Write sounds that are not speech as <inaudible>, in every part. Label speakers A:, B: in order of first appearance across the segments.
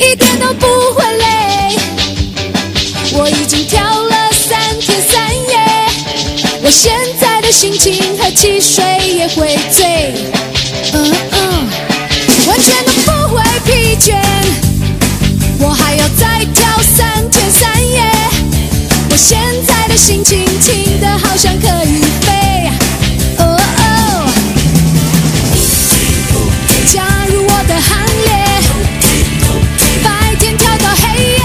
A: 一点都不会累。我已经跳了三天三夜，我现在的心情和汽水也会醉。嗯嗯，完全都不会疲倦，我还要再跳三天三夜。我现在的心情轻的好像可以飞。哦哦，加入我的行列。白天跳到黑夜，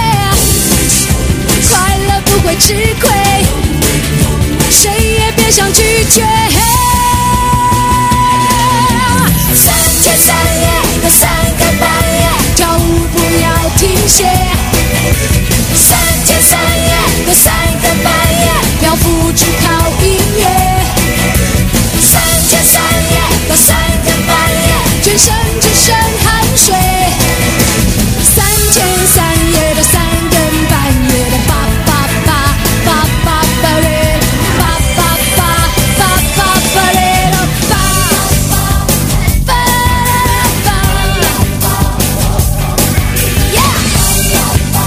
A: 快乐不会吃亏，谁也别想拒绝。三天三夜和三个半夜，跳舞不要停歇。三天三夜和三个半夜，要不只靠音乐。三天三夜和三个半夜，全身只剩汗水。三天三夜到三更半夜的叭叭叭叭叭叭嘞，叭叭叭叭叭叭嘞咯叭叭叭叭，Yeah。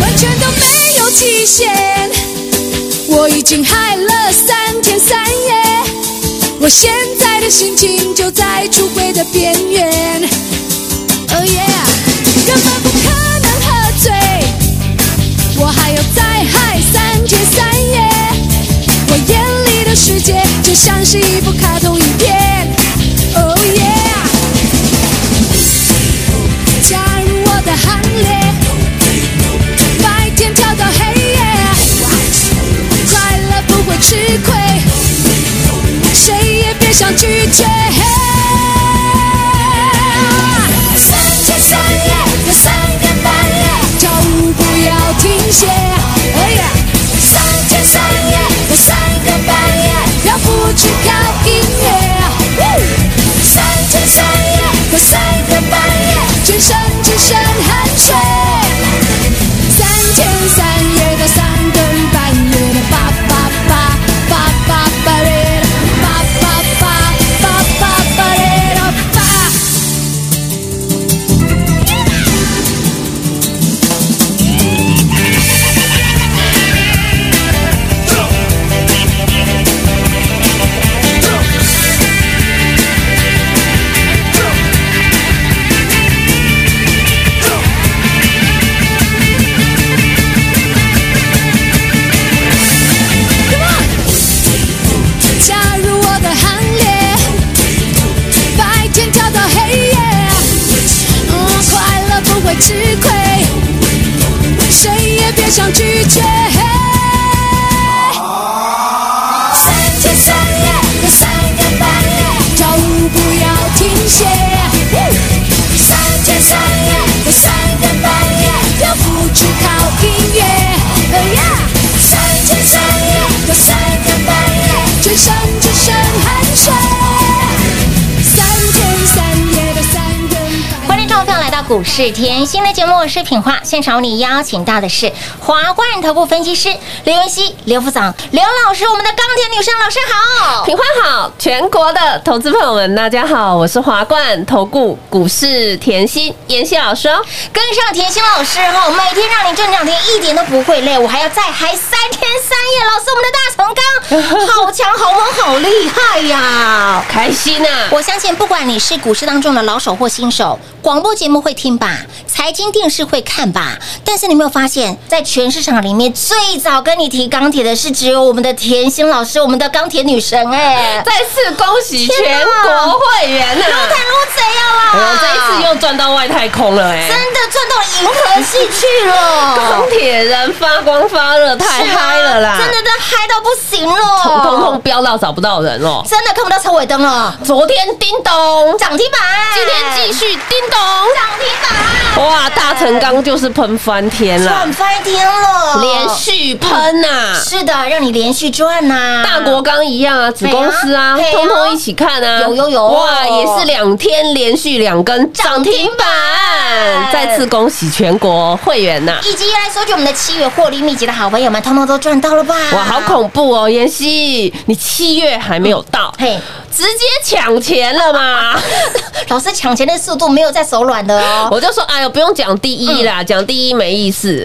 A: 完全都没有期限，我已经嗨了三天三夜，我现在的心情就在出轨的边缘。Oh yeah，根本不可能喝醉，我还要再嗨三天三夜，我眼里的世界就像是一部卡通影片。Oh yeah，加入我的行列。白天跳到黑夜，快乐不会吃亏，谁也别想拒绝。三天三夜和三更半夜，跳舞不要停歇。哎呀，三天三夜和三更半夜，要不只靠音乐。三天三夜和三更半夜，全身只剩汗水。三天三夜到三更半夜的叭叭叭叭叭叭嘞，叭叭叭叭叭叭嘞咯叭。加入我的行列，白天跳到黑夜，嗯，快乐不会吃亏，谁也别想拒绝。三天三夜和三更半夜，跳舞不要停歇。三天三夜和三更半夜，漂浮只靠音乐。三天三夜和三更半夜，全身只剩汗水。三天三夜的三更
B: 欢
A: 半
B: 迎
A: 夜。
B: 各位朋友来到股市甜心的节目，我是品花。现场为你邀请到的是华冠投顾分析师刘云熙、刘副总、刘老师，我们的钢铁女神老师好。
C: 品花好，全国的投资朋友们，大家好，我是华冠投顾股市甜心妍希老师哦。
B: <laughs> 跟上甜心老师哈，每天让你赚涨停一点都不会累，我还要再嗨三天三耶，老师，我们的大成钢好强、好猛、好厉害呀！
C: 开心啊！
B: 我相信，不管你是股市当中的老手或新手，广播节目会听吧，财经电视会看吧。但是你有没有发现，在全市场里面，最早跟你提钢铁的是只有我们的甜心老师，我们的钢铁女神
C: <laughs>
B: 哎、
C: 再次恭喜
B: 天
C: 全
B: 哪
C: 国会员
B: 撸
C: 啊！
B: 碳撸贼啊
C: 我
B: 啦！
C: 这一次又赚到外太空了哎、
B: 真的赚到银河系去
C: <laughs>
B: 了啊
C: 钢，铁人发光发热，太嗨了啦！
B: 真的都嗨到不行了，
C: 通通通飙到找不到人哦。
B: 真的看不到车尾灯了，
C: 昨天叮咚，
B: 涨停板，
C: 今天继续叮咚，
B: 涨停板，
C: 哇，大成钢就是喷翻天啦
B: 赚，翻天了，
C: 连续喷啊呐、
B: 是的，让你连续赚呐、
C: 大国钢一样啊，子公司啊，
B: 啊对啊
C: 通通一起看啊，
B: 有有有
C: 哇，也是两天连续两根涨停板，再次恭喜全国会员呐、
B: 以及来收集我们的七月获利秘籍的好朋友们，通通都赚到了吧？
C: 哇，好恐怖哦，妍希，你七月还没有到，
B: 嘿，
C: 直接抢钱
B: <laughs>
C: 了嘛？
B: 老师抢钱的速度没有在手软的哦。
C: 我就说，哎呦，不用讲第一
B: 嗯
C: 啦，讲第一没
B: <laughs>
C: 意思，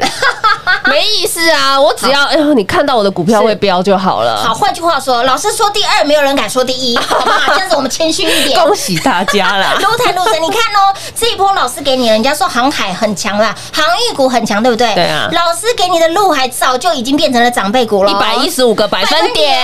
C: 没意思啊！我只要，哎呦，你看到我的股票会飙就好了。
B: 好，，换句话说，老师说第二，没有人敢说第
C: <laughs>
B: 一，好不好？这样子我们谦虚一点。啊
C: 恭喜大家
B: <laughs>
C: 啦！
B: 撸碳撸神，你看哦，这一波老师给你了，人家说航海很强啦，航运股很强，对不对？
C: 对啊
B: 老师给你的陆海早就已经变成了长辈股了，哦
C: 一百一十五个百分点，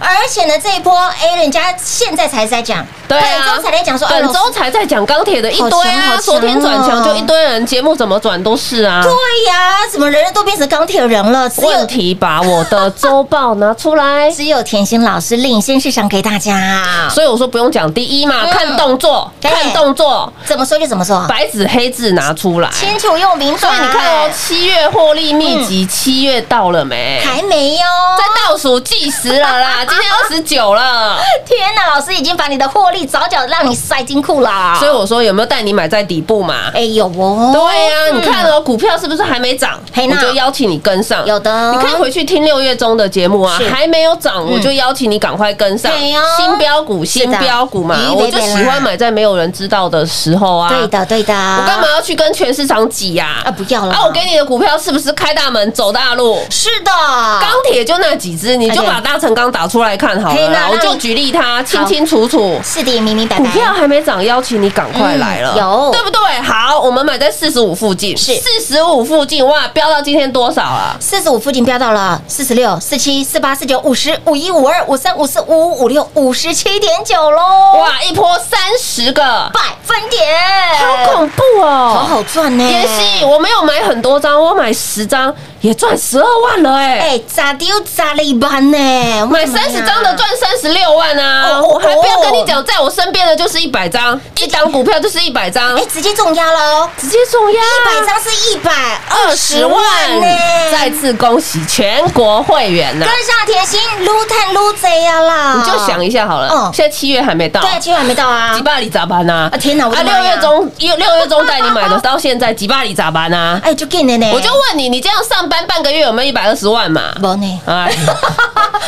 B: 而且呢，这一波，哎，人家现在才在讲，
C: 对
B: 本
C: 啊
B: 周才在讲说，哎
C: 本
B: 老
C: 周
B: 师
C: 才在讲钢铁的一
B: 好
C: 堆
B: 强好
C: 啊，
B: 强
C: 昨天转强就一堆人，节目怎么转都是啊。
B: 对呀，怎么人人都变成钢铁人了？只
C: 问
B: 有
C: 题把我的周报拿出来，
B: 只有甜心老师领先市场给大家，
C: 所以我说不用讲第一嘛，
B: 啊嗯
C: 看动作，
B: 对
C: 看动作，
B: 怎么说就怎么说，
C: 白纸黑字拿出来。
B: 清楚又明白。
C: 所以你看哦，七月获利秘
B: 嗯
C: 籍，七月到了没？
B: 还没哟。
C: 在倒数计时
B: <laughs>
C: 了啦，今天二十九了，
B: 天哪，老师已经把你的获利早早让你塞金库啦。
C: 所以我说有没有带你买在底部嘛？
B: 哎有哦，
C: 对呀、你看哦，股票是不是还没涨？
B: 嘿
C: 我
B: 那
C: 就邀请你跟上。
B: 有的
C: 你可以回去听六月中的节目啊
B: 啊是，嗯
C: 还没有涨，我就邀请你赶快跟上。
B: 嘿哦
C: 新标股，新
B: 的
C: 标股嘛
B: 鱼，
C: 我
B: 贝
C: 就
B: 贝啦
C: 喜欢买在没有人知道的时候啊。
B: 对的对的，
C: 我
B: 我
C: 干嘛要去跟全市场挤呀？
B: 啊？不要了
C: 啊，我给你的股票是不是开大门走大路？
B: 是啊的，
C: 钢铁就那几只，你就
B: 哎对
C: 把大成钢打出来看好
B: 嘿
C: 了
B: 那
C: 啦。我
B: 那
C: 就
B: 你
C: 举例它，清清楚楚。
B: 是的，明明白
C: 股
B: 白。
C: 票还没涨，邀请你赶快来了，
B: 嗯有
C: 对不对？好，我们买在四十五附近，
B: 是
C: 四十五附近，哇，飙到今天多少啊？
B: 四十五附近飙到了四十六、四七、四八、四九、五十五、一五二、五三、五四、五五、五六、五十七点九喽！哇，
C: 哇，一波三十个，
B: 百分点，
C: 好恐怖
B: 好
C: 哦！
B: 好赚呢！
C: 妍希，我没有买很多张，我买十张也赚十二万了哎、
B: 哎，咋丢咋了一般呢？
C: 买三十张的
B: 赚，
C: 赚三十六万啊！
B: 哦
C: 我啊还不要跟你讲，在我身边的就是一百张，一档股票就是一百张
B: 哎，，直接中压喽！
C: 直接中压
B: 一百张是一百二十万呢！
C: 再次恭喜全国会员呐、
B: 跟上甜心，撸碳撸贼啊啦！
C: 你就想一下好了，
B: 嗯
C: 现在七月还没到，
B: 对，今晚还没到啊
C: 几！巴里咋办呐？
B: 啊天哪我的
C: 啊，
B: 妈
C: 六
B: 呀
C: 月中六六月中带你买的，到现在几巴里咋办啊呐？
B: 哎，就给你呢，
C: 我就问你，你这样上班半个月有没有一百二十
B: <laughs>
C: 万嘛？
B: 没呢，
C: 哎，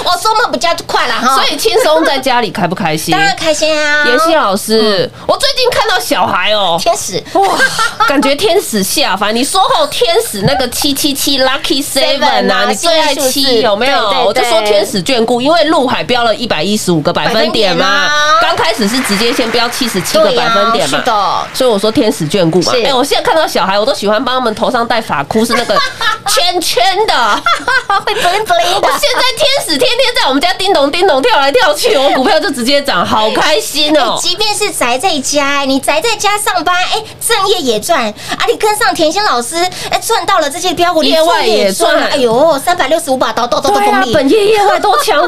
B: 我周末比较快了哈，
C: 所以轻松在家里开不开心
B: 当？ <laughs> 然开心啊！
C: 妍希老师，我最近看到小孩哦。
B: 天使
C: 哇，感觉天使下凡！你说后天使那个七七七 Lucky Seven
B: 啊
C: 啊，你最
B: 幸运
C: 爱
B: 数字
C: 七有没有？
B: 对对对
C: 我就说天使眷顾，因为陆海标了一百一十五个百分点嘛
B: 百分点啊，
C: 刚开始是直接先标七十七个
B: 对呀啊
C: 百分点嘛
B: 是，的，
C: 所以我说天使眷顾嘛
B: 是。
C: 哎，我现在看到小孩，我都喜欢帮他们头上戴发箍，是那个 <laughs> 圈圈的。
B: 会 bling bling
C: <laughs> 我
B: 的。
C: 现在天使天天在我们家叮咚叮咚跳来跳去，我股票就直接涨，好开心
B: 哎
C: 哦！
B: 即便是宅在家，哎你宅在家上班，哎，正业也赚啊！你跟上甜心老师，哎，赚到了这些标股，你
C: 业外
B: 副业
C: 也赚
B: 哎呦，三百六十五把刀，刀刀都
C: 对
B: 锋
C: 啊，
B: 利。
C: 本业业外都强
B: <laughs> 啊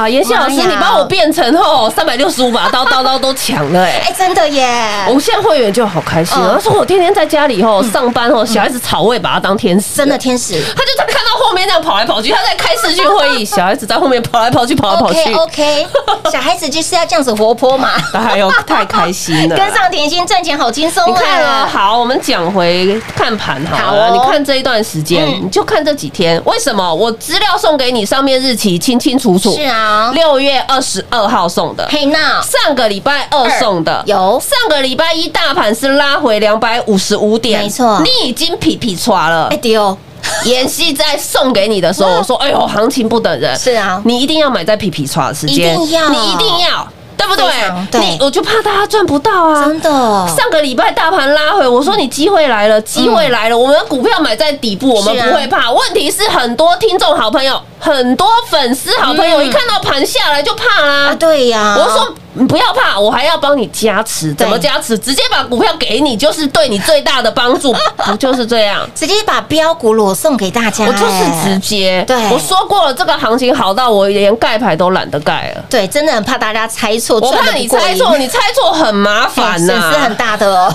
C: 哇！妍希老师，
B: 妈呀
C: 你把我变成
B: <laughs>
C: 后三百六十五把刀，刀刀都抢了哎、
B: 哎，真的耶，
C: 我现在会员就好开心、
B: 嗯
C: 啊，他说我天天在家里吼上班吼，小孩子吵，我也把他当天使。
B: 真的，天使。
C: 他就在看到后面这样跑来跑去，他在开视讯会
B: <laughs>
C: 议，小孩子在后面跑来跑去，跑来跑去，
B: OK
C: <laughs>
B: OK，小孩子就是要这样子活泼嘛。
C: 哎呦，太开
B: <laughs>
C: 心了。
B: 跟上甜心赚钱好轻松
C: 你看啊，
B: 啊！
C: 好，我们讲回看盘好
B: 好
C: 了。
B: 哦
C: 你看这一段时间，
B: 嗯
C: 你就看这几天，为什么我资料送给你，上面日期清清楚楚，
B: 是啊
C: 六月二十二号送的。
B: 嘿娜
C: 上个礼拜二送的
B: 二有
C: 上个礼拜一大盘是拉回两百五十五点，
B: 没错
C: 你已经皮皮刷了
B: 哎，丢，嗯
C: 妍希在送给你的时候，我说：“哎呦，行情不等人。”
B: 是啊
C: 你一定要买在皮皮刷的时间，
B: 一定要啊
C: 你一定要，对不对
B: 非常？对
C: 你我就怕大家赚不到啊！
B: 真的
C: 上个礼拜大盘拉回，我说你机会来了，机会来了，我们股票买在底部，我们
B: 嗯是啊
C: 不会怕。问题是很多听众好朋友，很多粉丝好朋友
B: 嗯
C: 一看到盘下来就怕
B: 啊，
C: 啦。
B: 对呀，
C: 我说你不要怕，我还要帮你加持，怎么加持？直接把股票给你，就是对你最大的帮
B: <laughs>
C: 助，不就是这样？
B: 直接把标股裸送给大家，
C: 我就是
B: 哎
C: 直接，
B: 对
C: 我说过了，这个行情好到我连盖牌都懒得盖了。
B: 对，真的很怕大家猜错，
C: 我
B: 赚得
C: 怕你
B: 不过
C: 猜
B: 瘾 <laughs>
C: 错，你猜错很麻
B: 哎
C: 烦
B: 损
C: 呐、
B: 失很大的
C: <laughs>
B: 哦。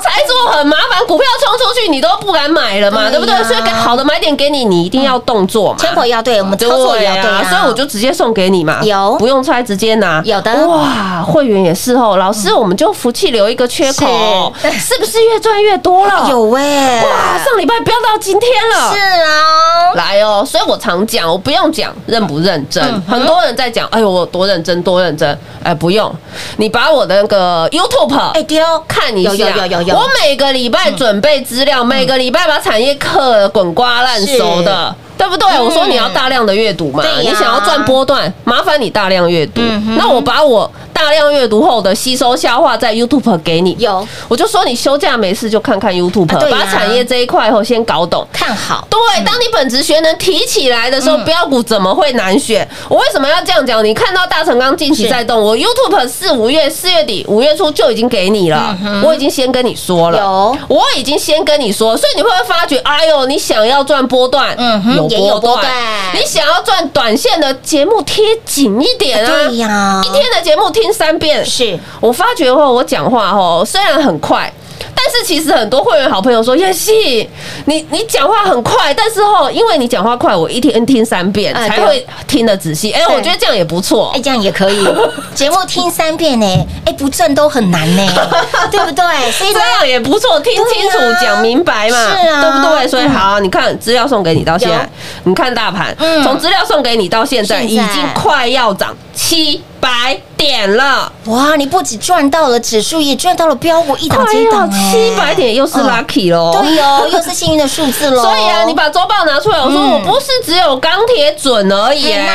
C: 猜错很麻烦，股票冲出去你都不敢买了嘛，
B: 对呀
C: 对不对？所以给好的买点给你，你一定要动作嘛。
B: 千婆要对，我们操作也要对啊，
C: 所以我就直接送给你嘛，
B: 有
C: 不用猜，直接拿。
B: 有的
C: 哇，会员也是哦，老师，我们就福气留一个缺口，
B: 是
C: 是不是越赚越多了？
B: <laughs> 有哎，
C: 哇，上礼拜飙到今天了，
B: 是啊，
C: 来哦，所以我常讲，我不用讲认不认真，
B: 嗯
C: 很多人在讲，哎呦，我多认真，多认真，哎，不用，你把我的那个 YouTube，
B: 哎丢，
C: 看一下，
B: 有有有有有嗯
C: 我每个礼拜准备资料，每个礼拜把产业课得滚瓜烂熟的，对不对？我说你要大量的阅读嘛，
B: 嗯对呀嗯
C: 你想要赚波段，麻烦你大量阅读。那我把我大量阅读后的吸收消化在 YouTube 给你，
B: 有
C: 我就说你休假没事就看看 YouTube，
B: 啊对呀
C: 把产业这一块后先搞懂。
B: 看好，
C: 对，当你本职学能提起来的时候，
B: 嗯
C: 标股怎么会难选？我为什么要这样讲？你看到大成钢近期在动，我 YouTube 四五月四月底五月初就已经给你了，我已经先跟你说了，
B: 嗯有
C: 我已经先跟你说，所以你会不会发觉，哎呦，你想要赚波段，
B: 嗯哼也有波段
C: 你想要赚短线的节目贴紧一点啊，
B: 哎对呀
C: 一，天的节目听三遍
B: 是
C: 我发觉哦，我讲话哦，虽然很快，但是其实很多会员好朋友说，燕西，你你讲话很快，但是哦，因为你讲话快，我一天听三遍
B: 哎
C: 才
B: 对
C: 会听得仔细。哎，
B: 对
C: 我觉得这样也不错
B: 哎，。这样也可
C: <laughs>
B: 以。节目听三遍呢，哎，不赚都很难
C: <laughs>
B: 呢，对不对？所以
C: 这
B: 呢，
C: 样也不错，听清楚
B: 对啊、
C: 讲明白嘛，
B: 是啊
C: 对不对？所以好，你看资料送给你到现
B: 有
C: 在，你看大盘
B: 嗯，
C: 从资料送给你到现在，
B: 现
C: 已
B: 在
C: 经快要涨七百点了。
B: 哇，你不止赚到了指数，也赚到了标股一档
C: 快
B: 接一
C: 要
B: 档，哎
C: 七百点又是 lucky 喽、
B: 对哦，又是幸运的数字
C: <laughs>
B: 喽。
C: 所以啊，你把周报拿出来，我说
B: 嗯
C: 我不是只有钢铁准而已、
B: 嗯呐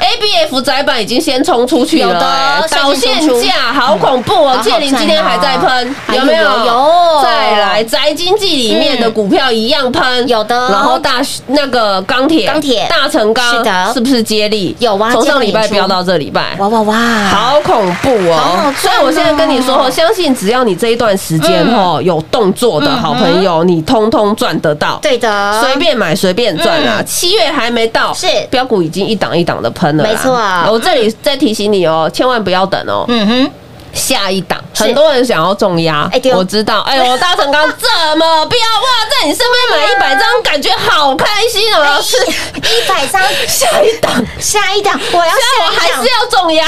C: A B F 窄板已经先冲出去
B: 有
C: 了、
B: 的
C: 哎导
B: 瞬间
C: 线
B: 冲出嗯
C: 价好恐怖
B: 好
C: 哦！
B: 好
C: 借林今天还在喷，
B: 赚哦
C: 有没有？
B: 哎呦有
C: 再来，宅经济里面的
B: 嗯
C: 股票一样喷，
B: 有的
C: 然后大那个钢铁，
B: 钢铁
C: 大成钢
B: 是的
C: 是不是接力？
B: 有啊
C: 从上
B: 接
C: 礼
B: 力
C: 拜
B: 演出
C: 飙到这礼拜，
B: 哇哇哇，
C: 好恐怖
B: 好好
C: 哦
B: 赚！
C: 所以我现在跟你说，
B: 哦
C: 相信只要你这一段时间
B: 嗯
C: 哦有动作的好朋友，你通通赚得到。
B: 对的，
C: 随便买随便赚啊！
B: 啊嗯
C: 七月还没到，
B: 是
C: 标股已经一档一档的喷了啦。
B: 没错啊
C: 我这里再提醒你哦，千万不要等哦，
B: 嗯哼，
C: 下一档。
B: 是
C: 很多人想要重压
B: 哎对，哦
C: 我知道。哎呦，大成
B: <laughs>
C: 刚这么标哇，在你身边买
B: 嗯
C: 一百张，感觉好开心哦，老师。
B: 一百张，
C: 下一 <laughs> 档，
B: 下哎一档我要
C: 但我
B: 下
C: 还
B: 一档
C: 是。要重
B: <laughs>
C: 压。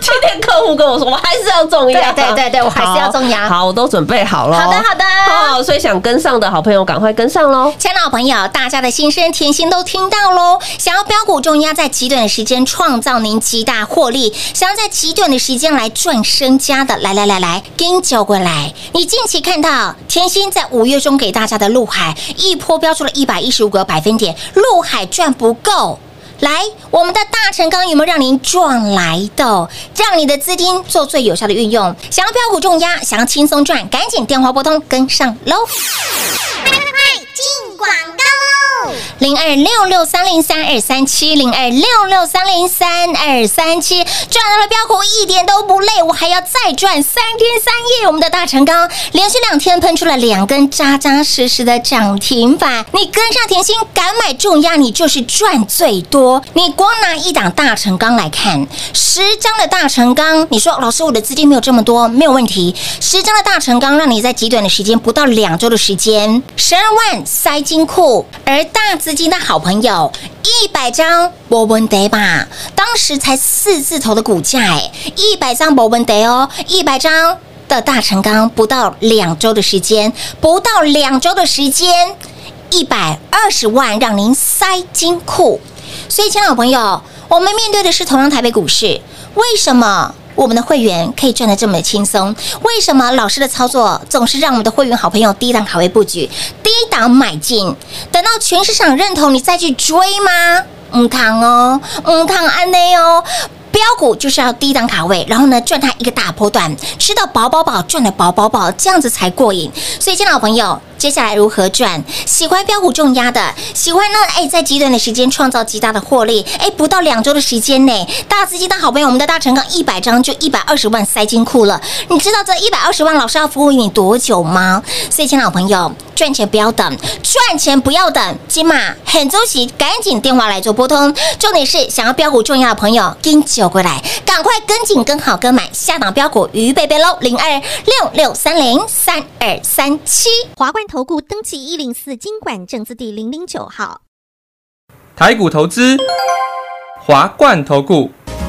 C: 今天客户跟我说，我还是要重压。
B: 对对对对我还是要重压
C: 好，好我都准备好了。
B: 好的好的
C: 哦，所以想跟上的好朋友，赶快跟上喽。
B: 亲爱的好朋友，大家的心声、甜心都听到喽。想要标股重压，在极短的时间创造您极大获利，想要在极短的时间来赚身家的，来来来来，跟叫过来。你近期看到甜心在五月中给大家的陆海一波标出了一百一十五个百分点，陆海赚不够。来，我们的大成钢有没有让您赚来的？让你的资金做最有效的运用。想要标股重压，想要轻松赚，赶紧电话拨通跟上喽。零二六六三零三二三七零二六六三零三二三七，赚到了标股一点都不累，我还要再赚三天三夜。我们的大成钢连续两天喷出了两根扎扎实实的涨停板，你跟上甜心，敢买重压，你就是赚最多。你光拿一档大成钢来看，十张的大成钢，你说老师我的资金没有这么多，没有问题。十张的大成钢让你在极短的时间，不到两周的时间，十二万塞金库，而大资金的好朋友一百张博文得吧，当时才四字头的股价哎，一百张博文得哦，一百张。的大成钢不到两周的时间，不到两周的时间，一百二十万让您塞金库。所以，亲爱的朋友，我们面对的是同样台北股市，为什么我们的会员可以赚得这么轻松？为什么老师的操作总是让我们的会员好朋友低档卡位布局、低档买进，等到全市场认同你再去追吗？嗯，扛哦，嗯，扛安内哦。标股就是要低档卡位，然后呢赚它一个大波段，吃到饱饱饱，赚的饱饱饱，这样子才过瘾。所以，亲爱的朋友，接下来如何赚？喜欢标股重压的，喜欢呢，哎，在极短的时间创造极大的获利，哎，不到两周的时间内，大资金的好朋友，我们的大成钢一百张就一百二十万塞金库了。你知道这一百二十万老师要服务于你多久吗？所以，亲爱的朋友，赚钱不要等，赚钱不要等，金马很周急，赶紧电话来做拨通。重点是想要标股重要的朋友，跟九过来，赶快跟紧、跟好、跟满下档标股，鱼贝贝喽，零二六六三零三二三七。
D: 华冠投顾登记一零四经管证字第零零九号。
E: 台股投资，华冠投顾。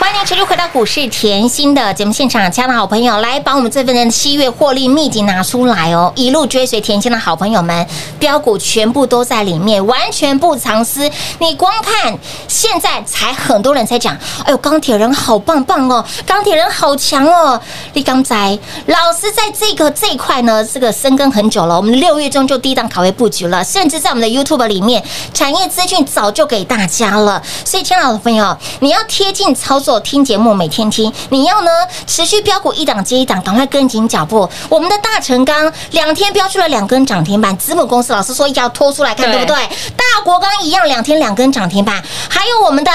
B: 欢迎持续回到股市甜心的节目现场，亲爱的好朋友，来把我们这份的七月获利秘籍拿出来哦！一路追随甜心的好朋友们，标股全部都在里面，完全不藏私。你光看现在才很多人在讲，哎呦，钢铁人好棒棒哦，钢铁人好强哦！立刚仔老师在这个这一块呢，这个深耕很久了，我们六月中就低档卡位布局了，甚至在我们的 YouTube 里面，产业资讯早就给大家了。所以，亲爱的朋友，你要贴近操作，听节目，每天听。你要呢，持续标股一档接一档，赶快跟紧脚步。我们的大成钢两天标出了两根涨停板，子母公司老师说要拖出来看，对
C: 对
B: 不对？大国钢一样，两天两根涨停板，还有我们的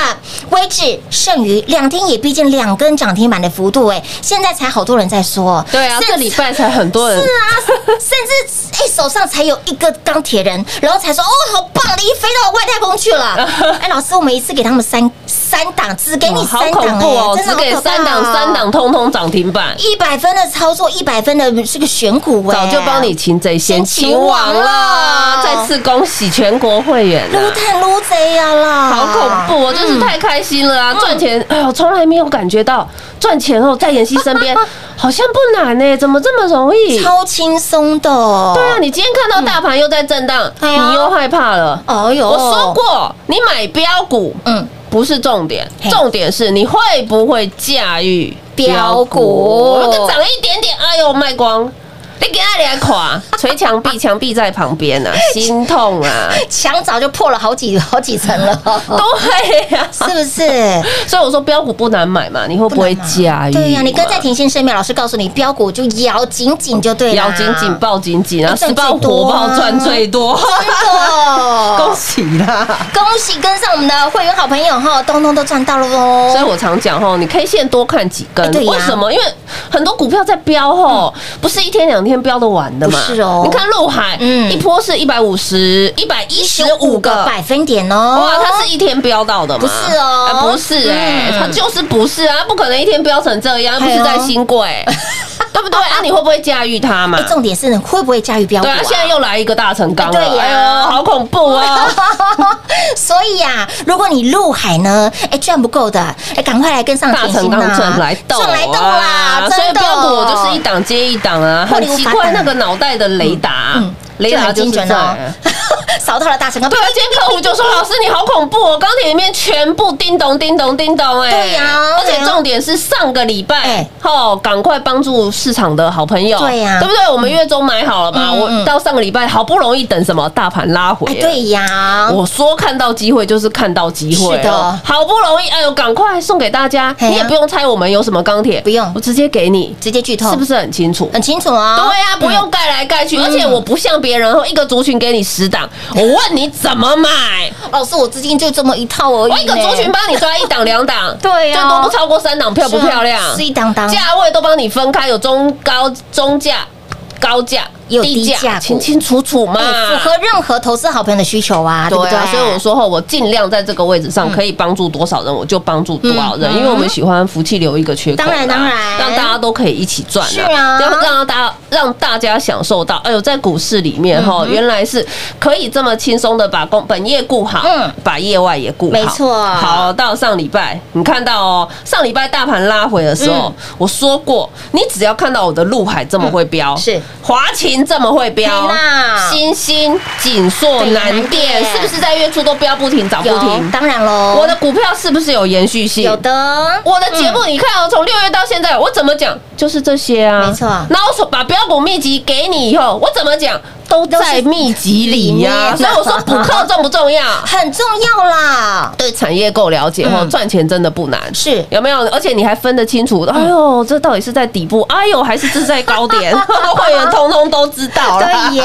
B: 威智剩余两天也逼近两根涨停板的幅度，哎，现在才好多人在说，
C: 对啊，
B: 甚
C: 这礼拜才很多人
B: 是啊，甚至哎、手上才有一个钢铁人，然后才说哦好棒，你飞到外太空去
C: <laughs>
B: 了。哎、老师，我们一次给他们三三档，只给你
C: 哇好
B: 三
C: 恐
B: 档
C: 怖
B: 哎、
C: 哦，
B: 真的
C: 只
B: 好
C: 给
B: 可怕
C: 三档，
B: 哦
C: 三。档通通涨停板，
B: 一百分的操作，一百分的这个选股、哎，
C: 早就帮你擒贼先擒王
B: 先擒王
C: 了。
B: 了
C: 再次恭喜全国会员
B: 撸
C: 啊！
B: 碳撸贼呀啦！
C: 好恐怖
B: 嗯
C: 哦，真是太开心了啊！赚钱，哎呦，从来没有感觉到赚钱哦，在妍希身
B: <laughs>
C: 边好像不难呢，怎么这么容易？
B: 超轻松的、
C: 对啊，，你今天看到大盘又在震荡，
B: 哎呀
C: 你又害怕了。
B: 哎呦，
C: 我说，过，你买标股，
B: 嗯，
C: 不是重点
B: 嘿，
C: 重点是你会不会驾驭
B: 标股
C: 如果涨一点点，哎呦卖光，你给他俩垮， <laughs> 捶墙壁，墙壁在旁
B: <laughs>
C: 边啊，心痛啊，
B: 墙早就破了好
C: <laughs>
B: 几好几层了，
C: 对呀、
B: <laughs> 是不是？
C: 所以我说标股不难买嘛，你会不会驾驭嘛？啊
B: 对啊呀、你跟在田心身边，老师告诉你，标股就咬紧紧就对了，
C: 咬紧紧，抱紧紧啊，
B: 赚
C: 死
B: 最多啊
C: 抱活抱赚
B: <laughs>
C: 最多， <laughs> 恭
B: 哦，
C: 喜啦！
B: <laughs> 恭喜跟上我们的会员好朋友哈，通通都赚到了哦。
C: 所以我常讲吼，你 K 线多看几根
B: 哎，对呀
C: 为什么？因为很多股票在飙吼，不是一天两天飙得完的嘛。
B: 不是哦
C: 你看陆海，
B: 嗯
C: 一波是一百五十、一百一十五个。
B: 百分点哦，
C: 哇，它是一天飙到的吗？
B: 不是哦
C: 哎不是哎、
B: 嗯哎
C: 它就是不是啊，它不可能一天飙成这样，又不是在新
B: <laughs>
C: 贵，对不对？啊，你会不会驾驭它嘛
B: 哎，？重点是你会不会驾驭标股
C: 对
B: 啊
C: 啊，？现在又来一个大成钢了，
B: 哎对呀
C: 哎呦，好恐怖啊！
B: <laughs> 所以呀、如果你入海呢，哎赚不够的，哎赶快来跟上
C: 大
B: 甜
C: 成
B: 心啊
C: 钢
B: 呐，
C: 赚来斗
B: 赚来斗啦
C: 啊，所以
B: 真的。
C: 标股我就是一档接一档啊，
B: 获
C: 很
B: 利无
C: 奇
B: 法
C: 怪
B: 挡
C: 那个脑袋的雷达
B: 嗯嗯，
C: 雷达就是
B: 就很精准哦
C: 在啊
B: <laughs> 扫到了大成哎钢。
C: 对啊，今天客户就说：“老师你好恐怖哦，钢铁里面全部叮咚叮咚叮咚。”哎，
B: 对呀
C: 而且重点是上个礼拜
B: 哎，
C: 吼，赶快帮助市场的好朋友，
B: 对呀
C: 对不对？我们月中买好了嘛，
B: 嗯嗯
C: 我到上个礼拜好不容易等什么大盘拉回
B: 哎，
C: 了，
B: 对呀，
C: 我说看到机会就是看到机会哦，
B: 是的
C: 好不容易，哎呦，赶快送给大家，
B: 嘿呀
C: 你也不用猜我们有什么钢铁，
B: 不用
C: 我直接给你，
B: 直接剧透，
C: 是不是很清楚？
B: 很清楚哦？
C: 对呀、不用盖来盖去，
B: 嗯
C: 而且我不像别人，一个族群给你十档，我问你怎么买，
B: 嗯。老师，我资金就这么一套而已呢。
C: 我一个族群帮你抓一档两档，
B: 对啊呀
C: 最多不超过三档，漂不漂亮？
B: 碎啊当当，
C: 价位都帮你分开，有中高中价、高价、
B: 也有低价股
C: 清清楚楚嘛，
B: 哎符合任何投资好朋友的需求啊，对不
C: 对
B: 对
C: 啊，？所以我说后，我尽量在这个位置上可以帮助多少人，我就帮助多少人，
B: 嗯
C: 因为我们喜欢福气留一个缺口啦，啊
B: 当然当然
C: 让大家都可以一起赚啊，
B: 是啊
C: 要让大家让大家享受到，哎呦，在股市里面
B: 嗯
C: 哈，原来是可以这么轻松的把工本业顾好，
B: 嗯
C: 把业外也顾好，
B: 没错
C: 好到上礼拜，你看到哦，上礼拜大盘拉回的时候，
B: 嗯
C: 我说过，你只要看到我的陆海这么会飙，
B: 嗯是
C: 华勤这么会飙
B: 嘿啦，
C: 新兴紧缩
B: 对
C: 哦难
B: 南
C: 点
B: 电
C: 是不是在月初都飙不停涨不
B: 有，
C: 停？
B: 当然喽，
C: 我的股票是不是有延续性？
B: 有。的，嗯
C: 我的节目你看哦，从六月到现在，我怎么讲就是这些啊，
B: 没错
C: 然后我把标股秘籍给你以后，我怎么讲都
B: 都是
C: 在秘籍里呀、
B: 里面
C: 所以我说补课重不
B: <laughs>
C: 重要？
B: 很重要啦。
C: 对产业够了解哦，
B: 嗯
C: 赚钱真的不难，
B: 是嗯
C: 有没有？而且你还分得清楚，哎呦，这到底是在底部，哎呦，还是这是在高
B: <laughs>
C: 点？会员通通都知道了。
B: 对
C: <laughs>
B: 耶，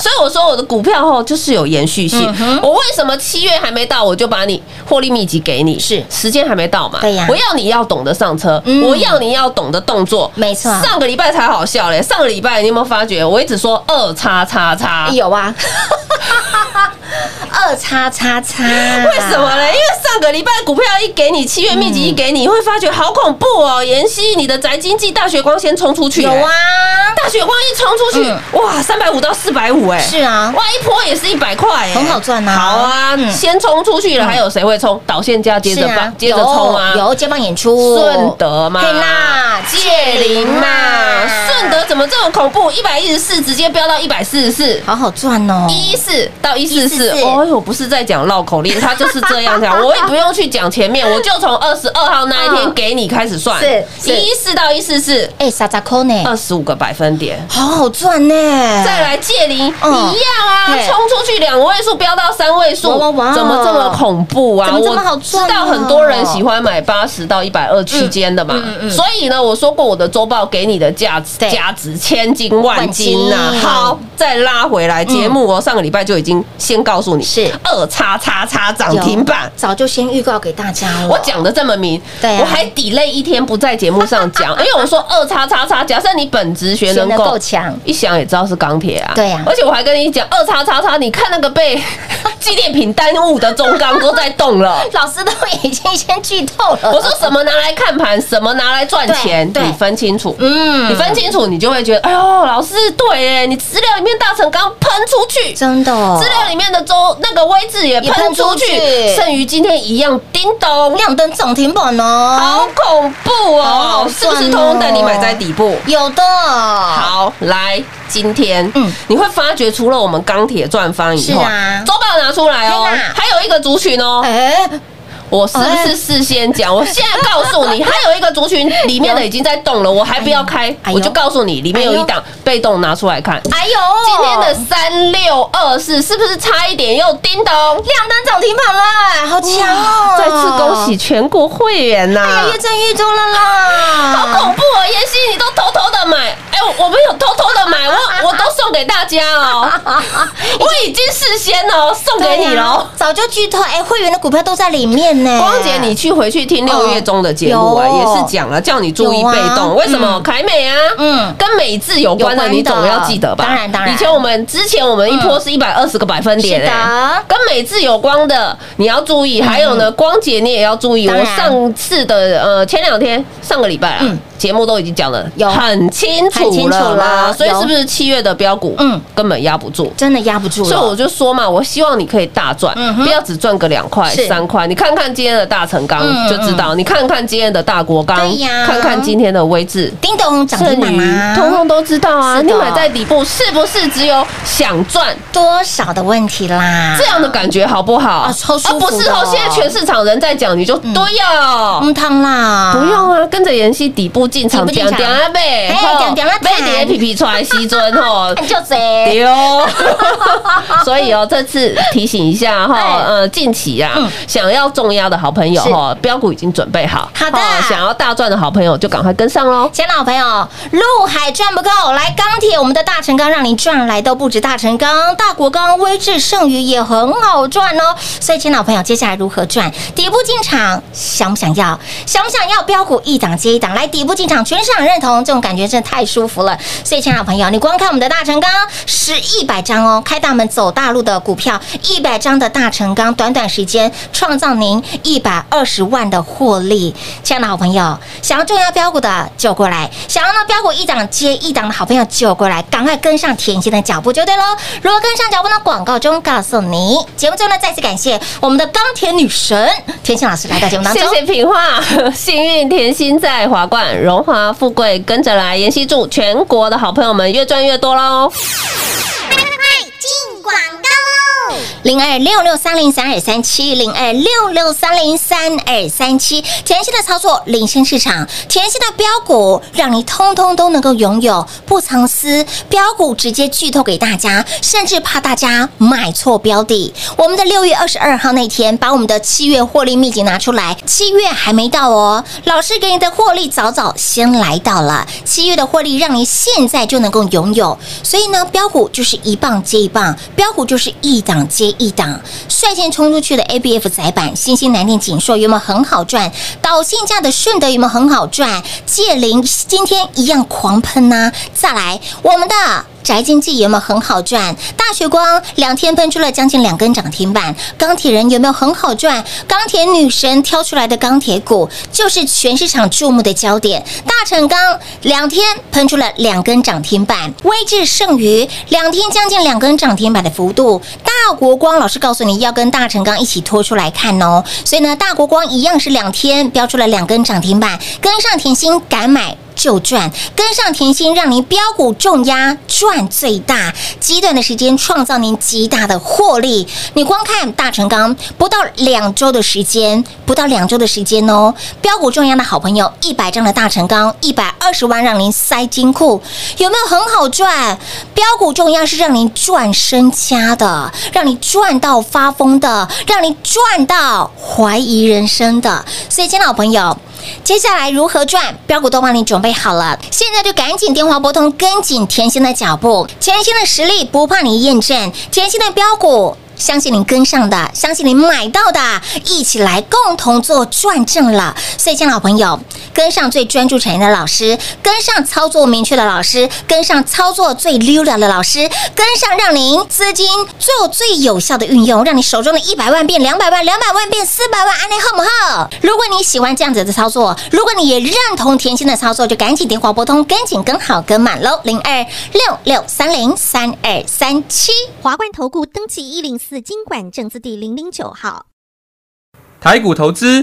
C: 所以我说我的股票后就是有延续性。
B: 嗯
C: 我为什么七月还没到，我就把你获利秘籍给你？
B: 是
C: 时间还没到嘛？
B: 对呀
C: 我要你要懂得上车，
B: 嗯
C: 我要你要懂得动作。
B: 没错
C: 上个礼拜才好笑嘞，上个礼拜你有没有发觉？我一直说二叉叉叉。
B: 有啊， <laughs> 二叉叉叉，为
C: 为什么？嘞？因为上个礼拜股票一给你，七月秘
B: 嗯
C: 籍一给你，你会发觉好恐怖哦！妍希，你的宅经济大学光先冲出去、哎
B: 有
C: <laughs>
B: 啊，，
C: 大学光一冲出去，
B: 嗯
C: 哇，三百五到四百五，哎，
B: 是啊，
C: 哇，一波也是一百块，哎
B: 很好赚啊
C: 好啊，
B: 嗯
C: 先冲出去了，还有谁会冲？导线价接
B: 是
C: 着吧
B: 啊，，
C: 接着冲啊，
B: 有有接棒演出，
C: 顺德嘛
B: 嘿啦，
C: 借零嘛，
B: 啊
C: 顺德怎么这么恐怖？一百一十四直接飙到一百四十四。
B: 好好赚哦，
C: 一四到一四四，
B: 144
C: 哦呦，不是在讲绕口令，它就是这
B: <laughs>
C: 样讲。我也不用去讲前面，我就从二十二号那一天
B: 嗯
C: 给你开始算，
B: 是是
C: 一四到一四四，
B: 哎，傻傻扣呢，
C: 二十五个百分点。
B: 好好赚呢，
C: 再来借零一
B: 嗯
C: 样啊，
B: 嘿
C: 冲出去两位数飙到三位数
B: 哇哇，哇
C: 怎么这么恐怖啊？
B: 怎么这么好
C: 我知
B: 赚哦
C: 道很多人喜欢买八十到一百二区间的嘛，所以呢，我说过我的周报给你的价值
B: 嗯对
C: 价值千金万金呐
B: 万。金
C: 好，再拉回来节目哦，上个礼拜就已经先告诉你
B: 是
C: 二叉叉叉涨
B: 有
C: 停板。
B: 早就先预告给大家了，
C: 我讲的这么明，
B: 对啊
C: 我还 delay 一天不在节目上
B: <laughs>
C: 讲，因为我说二叉叉叉，假设你本职学能
B: 学能
C: 够
B: 够强
C: 一想也知道是钢铁啊，
B: 对啊
C: 而且我还跟你讲二叉叉叉，你看那个
B: <laughs>
C: 被纪念品耽误的中钢都在动了。
B: 老师都已经先剧透了，
C: 我说什么拿来看盘，什么拿来赚
B: 呃
C: 钱，
B: 对对
C: 你分清楚。
B: 嗯
C: 你分清楚，你就会觉得，哎呦，老师对耶，你资料里面大成刚喷出去，
B: 真的哦
C: 资料里面的周那个位置也
B: 也喷
C: 喷出
B: 出
C: 去，
B: 去
C: 剩余今天一样叮咚，
B: 亮灯涨停板
C: 好
B: 哦，
C: 恐怖
B: 好
C: 哦
B: 好！
C: 是不
B: 赚哦
C: 是通通带你买在底部？
B: 有的，好，
C: 好，来今天，嗯
B: 嗯，
C: 你会发觉除了我们钢铁赚翻以后，
B: 是啊
C: 周报拿出来哦
B: 天哪，
C: 还有一个族群哦，
B: 哎，
C: 我是不是事先讲？我现在告诉你，还有一个族群里面的已经在动了，我还不要开，
B: 哎呦
C: 我就告诉你，里面有一档被动拿出来看。
B: 哎呦，
C: 今天的三六二四是不是差一点又叮咚？
B: 亮灯涨停板了，好强哦！
C: 再次恭喜，全国会员呐！
B: 哎呀，越挣越多了啦，
C: 好恐怖哦！妍希，你都偷偷的买，哎、我我没有偷偷的买，
B: <laughs>
C: 我我都送给大家哦，我已经事先哦送给你
B: 对啊
C: 喽。
B: 早就剧透，哎，会员的股票都在里面呢。
C: 光姐，你去回去听六月中的节目啊，
B: 啊嗯有
C: 也是讲了，叫你注意
B: 有啊
C: 被动。为什么？
B: 嗯
C: 凯美啊，嗯
B: 嗯，
C: 跟美智有关
B: 有
C: 的，
B: 关的
C: 你总要记得吧？
B: 当然当然嗯
C: 以前我们之前我们一波是一百二十个百分点、
B: 是的
C: 哎跟美智有关的你要注意。还有呢，光姐你也要注意。
B: 嗯当
C: 我
B: 然
C: 上次的呃前两天上个礼拜啊
B: 嗯，
C: 节目都已经讲了，
B: 有
C: 很清
B: 很
C: 楚
B: 清楚
C: 了
B: 了
C: 啦，所以
B: 有
C: 是不是七月的标股，
B: 嗯
C: 嗯，根本压不住。
B: 真的压不住
C: 所以我
B: 了。
C: 就说嘛，我希望你可以大赚，
B: 嗯哼
C: 不要只赚个两块
B: 是、
C: 三块。你看看今天的大成钢
B: 嗯
C: 就知道，你看看今天的大国钢
B: 对呀，
C: 看看今天的威智。
B: 叮咚，涨
C: 剩
B: 停板
C: 余
B: 啦，
C: 通通都知道啊！
B: 是的
C: 你买在底部是不是只有想赚
B: 多少的问题啦
C: 这？样的感觉好不好？
B: 啊超舒服的
C: 不是哦，现在全市场人在讲，你就对哦。
B: 嗯，汤啦，
C: 不用啊，跟着妍希底部进场，
B: 底部进场
C: 点啊呗，
B: 哎
C: 吼
B: 点点啊
C: 被
B: 谈，
C: 你的皮皮出来吸尊吼
B: <laughs> 就贼，
C: 丢。 <laughs> 所以哦，这次提醒一下哈
B: 哎，
C: 呃，近期啊
B: 嗯，
C: 想要重压的好朋友
B: 是
C: 哈，标股已经准备好，
B: 好的
C: 哦想要大赚的好朋友就赶快跟上喽。
B: 前老朋友，陆海赚不够，来钢铁，我们的大成钢让你赚来都不止大成钢、大国钢、威智剩余也很好赚哦。所以，前老朋友，接下来如何赚？底部进场，想不想要？想不想要标股一档接一档来底部进场，全市场认同，这种感觉真的太舒服了。所以，前老朋友，你光看我们的大成钢是一百张哦，开大门走大路的股票，一百张的大成钢，短短时间创造您一百二十万的获利。亲爱的好朋友，想要重要标股的就过来，想要呢标股一档接一档的好朋友就过来，赶快跟上甜心的脚步就对喽。如果跟上脚步呢，广告中告诉你。节目中呢，再次感谢我们的钢铁女神甜心老师来到节目当中。
C: 谢谢品画， <laughs> 幸运甜心在华冠，荣华富贵跟着来。妍希祝全国的好朋友们越赚越多喽！
D: 进广告喽！
B: 零二六六三零三二三七，零二六六三零三二三七，甜心的操作领先市场，甜心的标股让你通通都能够拥有，不藏私，标股直接剧透给大家，甚至怕大家买错标的。我们的六月二十二号那天，把我们的七月获利秘籍拿出来，七月还没到哦，老师给你的获利早早先来到了，七月的获利让你现在就能够拥有，所以呢，标股就是一棒接一棒，标股就是一档接一档，率先冲出去的 ABF 窄板、新兴南电、锦硕有没有很好赚？导线价的顺德有没有很好赚？界林今天一样狂喷呐、再来，我们的。宅经济有没有很好赚？大学光两天喷出了将近两根涨停板，钢铁人有没有很好赚？钢铁女神挑出来的钢铁股就是全市场注目的焦点。大成钢两天喷出了两根涨停板，威至剩余两天将近两根涨停板的幅度。大国光老师告诉你要跟大成钢一起拖出来看哦，所以呢，大国光一样是两天标出了两根涨停板，跟上甜心敢买。就赚，跟上甜心，让您标股重压赚最大，极短的时间创造您极大的获利。你光看大成钢，不到两周的时间，不到两周的时间哦，标股重压的好朋友，一百张的大成钢，一百二十万让您塞金库，有没有很好赚？标股重压是让您赚身家的，让你赚到发疯的，让你赚到怀疑人生的。所以，亲爱的朋友。接下来如何赚？标股都帮你准备好了，现在就赶紧电话拨通，跟紧甜心的脚步。甜心的实力不怕你验证，甜心的标股。相信你跟上的，相信你买到的，一起来共同做转正了。所以，亲爱的好朋友，跟上最专注产业的老师，跟上操作明确的老师，跟上操作最溜达的老师，跟上让您资金做最有效的运用，让你手中的一百万变两百万，两百万变四百万，安利好不好？如果你喜欢这样子的操作，如果你也认同甜心的操作，就赶紧电话拨通，跟紧跟好跟满喽，零二六六三零三二三七。
D: 华冠投顾登记一零四经管证字第零零九号。
E: 台股投资，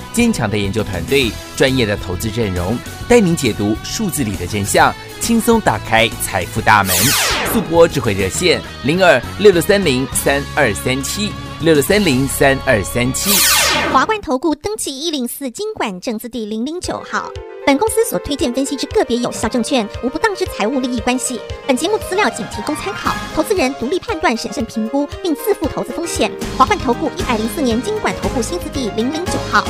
F: 坚强的研究团队，专业的投资阵容，带您解读数字里的真相，轻松打开财富大门。速播智慧热线零二六六三零三二三七六六三零三二三七。
B: 华冠投顾登记一零四经管证字第零零九号。本公司所推荐分析之个别有效证券，无不当之财务利益关系。本节目资料仅提供参考，投资人独立判断、审慎评估，并自负投资风险。华冠投顾一百零四年经管投顾新字第零零九号。